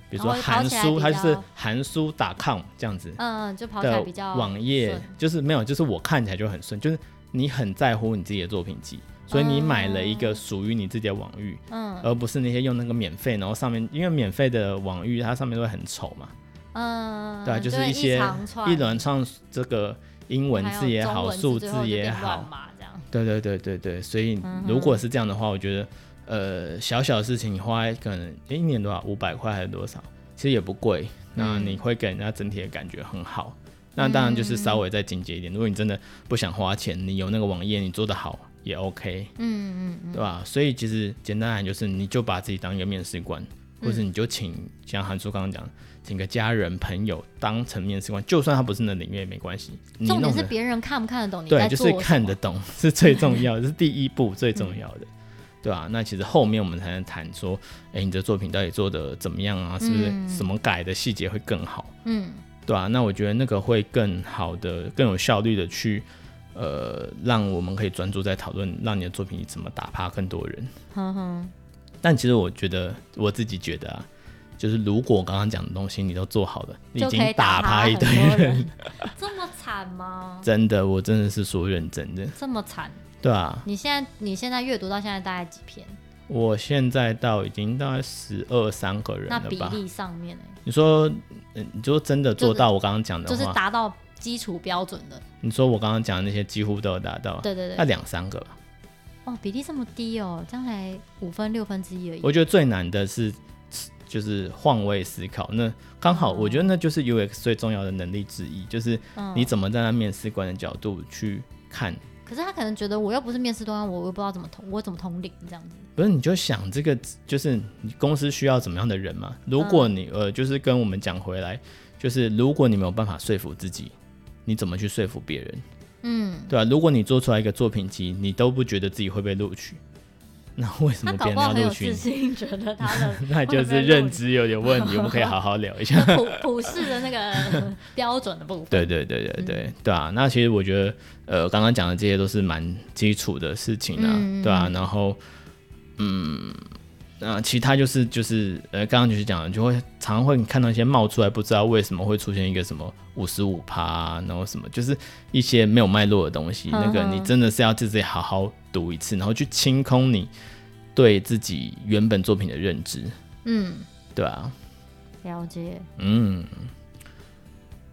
S1: 比如说
S2: 哦
S1: 韩
S2: 跑起来
S1: 书，
S2: 比
S1: 它就是
S2: 较
S1: 韩书 .com 这样子
S2: 嗯，就跑起来
S1: 的
S2: 比较
S1: 网页
S2: 顺，
S1: 就是没有，就是我看起来就很顺，就是你很在乎你自己的作品集，所以你买了一个属于你自己的网域，
S2: 哦嗯
S1: 而不是那些用那个免费，然后上面因为免费的网域它上面都会很丑嘛，
S2: 嗯，
S1: 对啊，就是
S2: 会
S1: 一些
S2: 长串
S1: 一轮串这个英文
S2: 还有
S1: 字也
S2: 中
S1: 好，
S2: 文
S1: 数
S2: 最
S1: 字
S2: 后就
S1: 也
S2: 变
S1: 好
S2: 乱，码这样，
S1: 对对对对对，所以
S2: 嗯
S1: 如果是这样的话，我觉得呃小小的事情你花可能诶一年多啊少五百块还是多少，其实也不贵，那你会给人家整体的感觉很好。
S2: 嗯
S1: 那当然就是稍微再精简一点，如果你真的不想花钱，你有那个网页你做得好也 OK，
S2: 嗯嗯
S1: 对吧？所以其实简单来就是你就把自己当一个面试官。
S2: 嗯
S1: 或者你就请像韩叔刚刚讲，请个家人朋友当成面试官，就算他不是你的领域也没关系。你
S2: 嗯，重点
S1: 弄
S2: 是
S1: 得
S2: 别人看不看得懂你
S1: 对，
S2: 在
S1: 就
S2: 做
S1: 是
S2: 什么，
S1: 看得懂 [laughs] 是最重要的，是第一步最重要的，对啊，那其实后面我们才能谈说，哎、你的作品到底做的怎么样啊？是不是什么改的细节会更好？
S2: 嗯，
S1: 对啊，那我觉得那个会更好的、更有效率的去，呃，让我们可以专注在讨论，让你的作品怎么打趴更多人。
S2: 哼哼，
S1: 但其实我觉得，我自己觉得啊，就是如果我刚刚讲的东西你都做好了，你已
S2: 就
S1: 经
S2: 可以
S1: 打趴
S2: 趴
S1: 一
S2: 很
S1: 堆人，
S2: 多人， [laughs] 这么惨吗？
S1: [laughs] 真的，我真的是说认真的，
S2: 这么惨？
S1: 对啊，
S2: 你现在你现在阅读到现在大概几篇？
S1: 我现在到已经大概十二三个人
S2: 那
S1: 了
S2: 比
S1: 吧？
S2: 例上面呢，
S1: 你说，嗯，你就真的做到我刚刚讲的
S2: 就
S1: 话，
S2: 是达到基础标准的。
S1: 你说我刚刚讲的那些几乎都有达到，
S2: 对对
S1: 那
S2: 对，
S1: 两三个吧。
S2: 哦，比例这么低哦，这样才五分六分之一而已。
S1: 我觉得最难的是就是换位思考，那刚
S2: 嗯
S1: 好我觉得那就是 UX 最重要的能力之一，就是你怎么站在面试官的角度去看。
S2: 可是他可能觉得我又不是面试官，我又不知道怎么统，我怎么统领这样子。
S1: 不是，你就想这个，就是你公司需要怎么样的人
S2: 嗯
S1: 嘛？如果你、呃，就是跟我们讲回来，就是如果你没有办法说服自己，你怎么去说服别人？
S2: 嗯，
S1: 对啊，如果你做出来一个作品集，你都不觉得自己会被录取， [laughs] 那为什
S2: 他
S1: 么
S2: 搞
S1: 别人
S2: 不好
S1: 要
S2: 很有
S1: 录取
S2: 自
S1: 你？
S2: 信，觉得 [laughs] 他的
S1: [laughs] 那就是认知有点问题，我们可以好好聊一下。
S2: 普普世的那个标准的部分。
S1: 对对对对
S2: 嗯
S1: 对、对啊！那其实我觉得，呃，刚刚讲的这些都是蛮基础的事情啊，
S2: 嗯
S1: 对啊，然后，嗯，那、其他就是就是呃，刚刚就是讲的，就会常常会看到一些冒出来，不知道为什么会出现一个什么五十五趴，啊然后什么就是一些没有脉络的东西。
S2: 嗯
S1: 那个
S2: 哼
S1: 你真的是要自己好好读一次，然后去清空你对自己原本作品的认知，
S2: 嗯，
S1: 对啊，
S2: 了解。
S1: 嗯，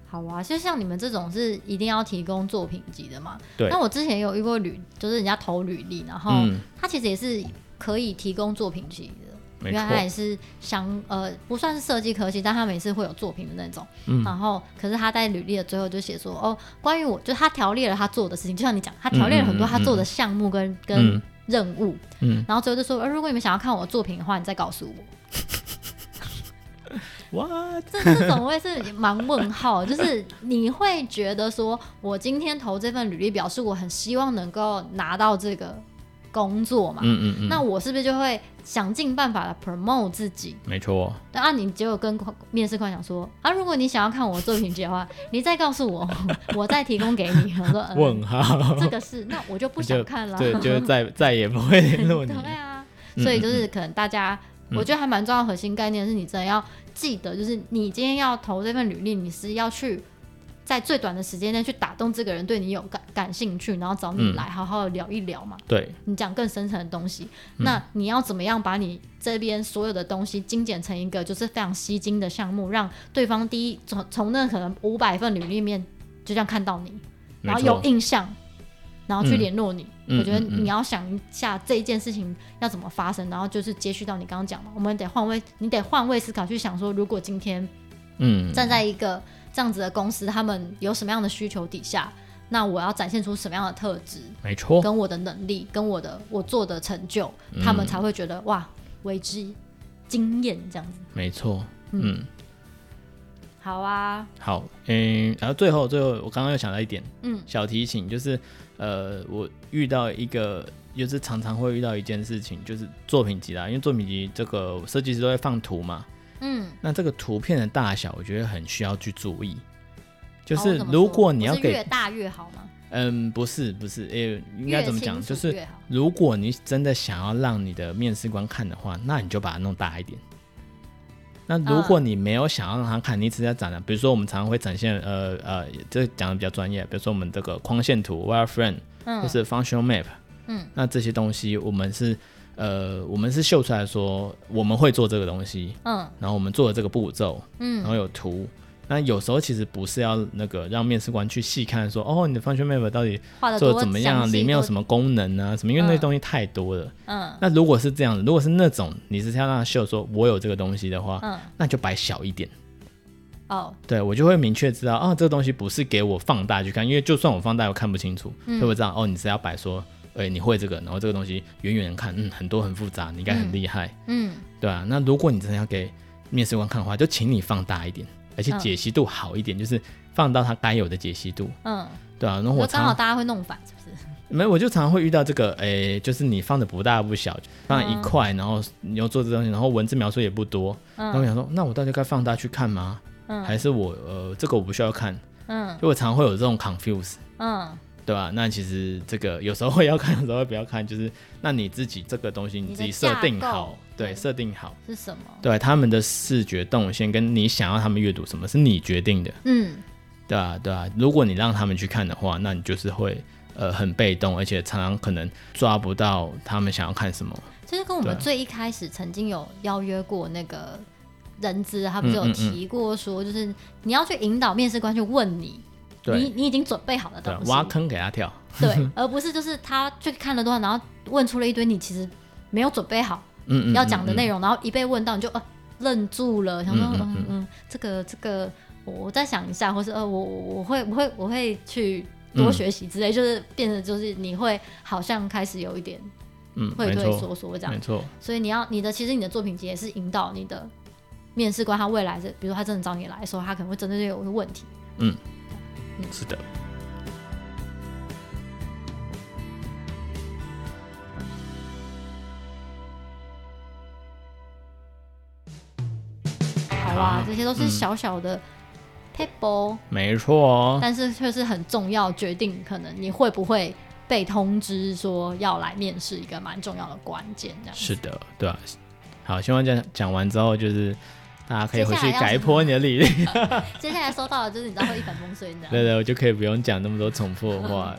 S2: 好啊，就像你们这种是一定要提供作品集的嘛？
S1: 对
S2: 那我之前有遇过履，就是人家投履历，然后
S1: 嗯
S2: 他其实也是可以提供作品集的。
S1: 没
S2: 因为
S1: 错
S2: 他，也是相呃不算是设计科系，但他每次会有作品的那种。
S1: 嗯
S2: 然后，可是他在履历的最后就写说，哦，关于我就他条列了他做的事情，就像你讲，他条列了很
S1: 嗯
S2: 多
S1: 嗯嗯
S2: 他做的项目跟、
S1: 嗯
S2: 跟任务，
S1: 嗯
S2: 然后最后就说，呃，如果你们想要看我的作品的话，你再告诉我。 [laughs]
S1: ，what？
S2: 这这种我也是蛮问号，就是你会觉得说，我今天投这份履历，表示我很希望能够拿到这个工作嘛？
S1: 嗯嗯嗯，
S2: 那我是不是就会想尽办法的 promote 自己？
S1: 没错，
S2: 但啊，你结果跟面试官讲说啊，如果你想要看我的作品集的话，你再告诉我，我再提供给你。我说，嗯、
S1: 问号，
S2: 这个是，那我就不想看了。
S1: 对， [laughs] 就再
S2: [laughs]
S1: 再也不会联络你
S2: 对
S1: 了。
S2: 啊，
S1: 嗯
S2: 所以就是可能大家，
S1: 嗯
S2: 我觉得还蛮重要的核心概念是你真的要记得，就是你今天要投这份履历，你是要去在最短的时间内去打动这个人对你有感感兴趣，然后找你
S1: 嗯
S2: 来好好地聊一聊嘛。
S1: 对，
S2: 你讲更深层的东西，
S1: 嗯
S2: 那你要怎么样把你这边所有的东西精简成一个就是非常吸睛的项目，让对方第一从从那可能五百份履历里面就这样看到你，
S1: 没
S2: 然后有
S1: 错，
S2: 印象，然后去联络你。
S1: 嗯
S2: 我觉得
S1: 嗯嗯嗯
S2: 你要想一下这一件事情要怎么发生，然后就是接续到你刚刚讲嘛，我们得换位，你得换位思考去想说，如果今天
S1: 嗯，
S2: 站在一个这样子的公司，他们有什么样的需求底下，那我要展现出什么样的特质，
S1: 没错，
S2: 跟我的能力，跟我的我做的成就，
S1: 哦嗯
S2: 他们才会觉得哇，为之惊艳这样子。
S1: 没错，
S2: 嗯
S1: 嗯，
S2: 好啊，
S1: 好，嗯，然后最后最后，我刚刚又想到一点，
S2: 嗯，
S1: 小提醒就是，呃，我遇到一个，就是常常会遇到一件事情，就是作品集啦，因为作品集这个设计师都会放图嘛，
S2: 嗯，
S1: 那这个图片的大小，我觉得很需要去注意。就
S2: 好
S1: 是
S2: 哦我怎么
S1: 如
S2: 说
S1: 果你
S2: 我
S1: 要
S2: 是
S1: 给
S2: 越大越好吗？
S1: 嗯，不是不是，诶、应该
S2: 越
S1: 怎么
S2: 清
S1: 讲？
S2: 楚
S1: 就是
S2: 越好
S1: 如果你真的想要让你的面试官看的话，那你就把它弄大一点。那
S2: 嗯
S1: 如果你没有想要让他看，你只是要展的，比如说我们常常会展现，呃呃，这讲的比较专业，比如说我们这个框线图 （wireframe）
S2: 嗯，
S1: 或是 functional map，
S2: 嗯，
S1: 那这些东西我们是，呃，我们是秀出来说我们会做这个东西，
S2: 嗯
S1: 然后我们做了这个步骤，
S2: 嗯
S1: 然后有图。那有时候其实不是要那个让面试官去细看说，哦，你的 function map 到底
S2: 画的
S1: 做
S2: 多
S1: 得怎么
S2: 详
S1: 样，
S2: 细
S1: 里面有
S2: 多
S1: 什么功能啊，什么，因为那
S2: 嗯
S1: 东西太多了。
S2: 嗯
S1: 那如果是这样子，如果是那种你是要让他秀说我有这个东西的话，
S2: 嗯
S1: 那就摆小一点。
S2: 哦
S1: 对我就会明确知道，哦，这个东西不是给我放大去看，因为就算我放大我看不清楚，
S2: 嗯
S1: 所以我知道，哦，你是要摆说，哎、你会这个，然后这个东西远远地看，嗯，很多很复杂，你应该很厉害，
S2: 嗯
S1: 对啊。那如果你真的要给面试官看的话，就请你放大一点，而且
S2: 嗯
S1: 解析度好一点，就是放到他该有的解析度，
S2: 嗯，
S1: 对啊。然后
S2: 就
S1: 我
S2: 刚
S1: 常
S2: 好大家会弄反是不是？
S1: 没，我就常常会遇到这个，诶、就是你放的不大不小，
S2: 嗯
S1: 放一块，然后你又做这东西，然后文字描述也不多，然后我想说，那我到底该放大去看吗？
S2: 嗯
S1: 还是我呃，这个我不需要看？
S2: 嗯
S1: 就我常会有这种 confuse，
S2: 嗯，
S1: 对吧？那其实这个有时候会要看，有时候会不要看， [laughs] 就是那你自己这个东西你
S2: 你
S1: 自
S2: 的
S1: 己设定
S2: 架构
S1: 好，对，
S2: 对
S1: 设定好，
S2: 是什么？
S1: 对他们的视觉动线跟你想要他们阅读什么是你决定的，
S2: 嗯
S1: 对啊，对啊，如果你让他们去看的话，那你就是会呃很被动，而且常常可能抓不到他们想要看什么。
S2: 就是跟我们
S1: 对
S2: 最一开始曾经有邀约过那个人资，他不是
S1: 嗯
S2: 有
S1: 嗯嗯
S2: 提过说，就是你要去引导面试官去问你，你
S1: 对
S2: 你已经准备好的
S1: 对啊
S2: 东，西，
S1: 挖坑给他跳。
S2: 对，而不是就是他去看了多少，然后问出了一堆你其实没有准备好
S1: 嗯嗯，
S2: 要讲的内
S1: 容。
S2: 容，然后一被问到你就呃愣住了，想说
S1: 嗯嗯
S2: 嗯嗯这个这个我我再想一下，或是呃我我我会我会我会去多
S1: 嗯
S2: 学习之类，就是变得就是你会好像开始有一点
S1: 嗯，
S2: 畏
S1: 没
S2: 畏
S1: 错，
S2: 缩缩这样
S1: 没，错，
S2: 所以你要你的其实你的作品集也是引导你的面试官，他未来是比如说他真的找你来的时候，他可能会针对这个问题。
S1: 是的。
S2: 好
S1: 啊
S2: 啊，这些都是
S1: 嗯
S2: 小小的 table，、
S1: 没错哦，
S2: 但是却是很重要，决定可能你会不会被通知说要来面试一个蛮重要的关键，这样。
S1: 是的，对啊。好，希望讲讲完之后，就是大家可以回去
S2: 接下来
S1: 改
S2: 要
S1: 泼你的履历。
S2: 接下来收到的就是你知道会一帆风顺
S1: [laughs]
S2: 的。
S1: 对对，我就可以不用讲那么多重复的话了。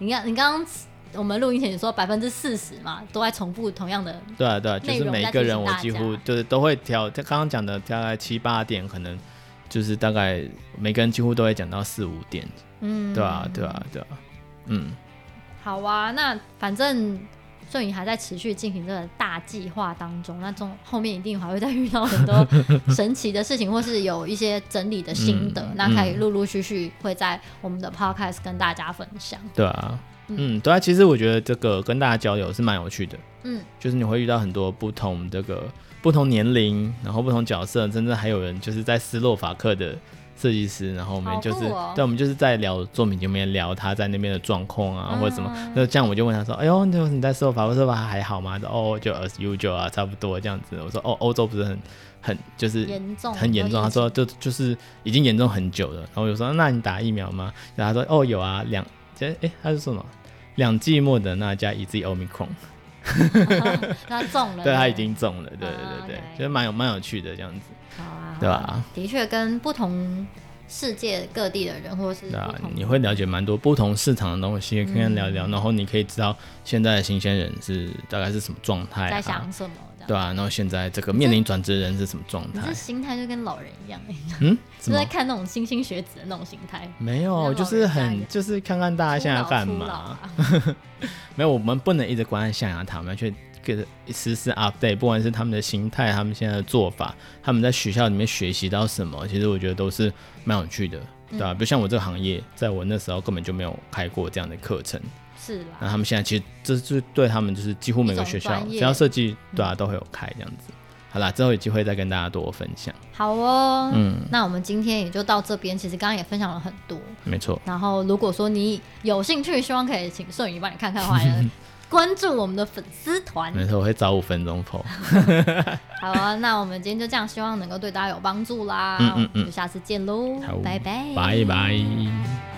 S2: 你看，你刚刚我们录音前你说百分之四十嘛，都在重复同样的，
S1: 对啊，对啊，就
S2: 内
S1: 是
S2: 容
S1: 每一
S2: 在
S1: 个
S2: 提
S1: 人
S2: 醒
S1: 我
S2: 大
S1: 几
S2: 家
S1: 乎就是都会挑，他刚刚讲的大概七八点，可能就是大概每个人几乎都会讲到四五点，
S2: 嗯，
S1: 对啊，对啊，对啊，嗯，
S2: 好啊，那反正顺宇还在持续进行这个大计划当中，那中后面一定还会再遇到很多
S1: [laughs]
S2: 神奇的事情，或是有一些整理的心得，
S1: 嗯
S2: 那可以陆陆续续会在我们的 podcast 跟大家分享。
S1: 对啊，嗯，对啊，其实我觉得这个跟大家交流是蛮有趣的，
S2: 嗯，
S1: 就是你会遇到很多不同这个不同年龄，然后不同角色，甚至还有人就是在斯洛伐克的设计师，然后我们
S2: 好
S1: 就是，
S2: 酷哦
S1: 对，我们就是在聊作品里面聊他在那边的状况啊，
S2: 嗯
S1: 或者什么。那这样我就问他说：“哎呦，那你在斯洛伐克斯洛伐克还好吗？”他说：“哦，就 as usual 啊，差不多这样子。”我说：“哦，欧洲不是很很就是
S2: 严重，
S1: 很严重。”他说：“就就是已经严重很久了。”然后我就说：“那你打疫苗吗？”然后他说：“哦，有啊，两这哎，他是说什么？两剂莫德纳加一剂 omicron。”
S2: 他中了，
S1: 对他已经中了，对对对对
S2: 啊，，OK
S1: 觉得蛮有蛮有趣的这样子，
S2: 好啊，
S1: 对吧？
S2: 的确跟不同世界各地的人，或是
S1: 对
S2: 不
S1: 啊，
S2: 同嗯
S1: 你会了解蛮多不同市场的东西，跟人聊聊，然后你可以知道现在的新鲜人是大概是什么状态
S2: 在
S1: 啊，
S2: 想什么这样。
S1: 对啊，然后现在这个面临转职人是什么状
S2: 你
S1: 态
S2: 这？心态就跟老人一样、欸， [laughs]
S1: 嗯，什
S2: 就在
S1: 么？
S2: 看那种莘莘学子的那种心态。
S1: 没有，
S2: 你知道老人
S1: 就是
S2: 家也
S1: 很就是看看大家现在
S2: 初老
S1: 干
S2: 初老
S1: 嘛。
S2: 啊
S1: 没有，我们不能一直关在象牙塔，我们要去给实时 update，不管是他们的心态、他们现在的做法、他们在学校里面学习到什么，其实我觉得都是蛮有趣的，
S2: 嗯
S1: 对吧、啊？比如像我这个行业，在我那时候根本就没有开过这样的课程，
S2: 是啦，
S1: 那他们现在其实这就是对他们就是几乎每个学
S2: 一种
S1: 校
S2: 专业
S1: 学校设计对啊都会有开这样子。好啦，之后有机会再跟大家多分享。
S2: 好哦，
S1: 嗯，
S2: 那我们今天也就到这边。其实刚刚也分享了很多，
S1: 没错，
S2: 然后如果说你有兴趣，希望可以请顺宇帮你看看的话，
S1: [laughs]
S2: 也关注我们的粉丝团。
S1: 没错，我会早五分钟 p
S2: 好啊，那我们今天就这样，希望能够对大家有帮助啦。
S1: 嗯嗯嗯
S2: 我们就下次见喽
S1: 好，
S2: 拜拜，
S1: 拜拜。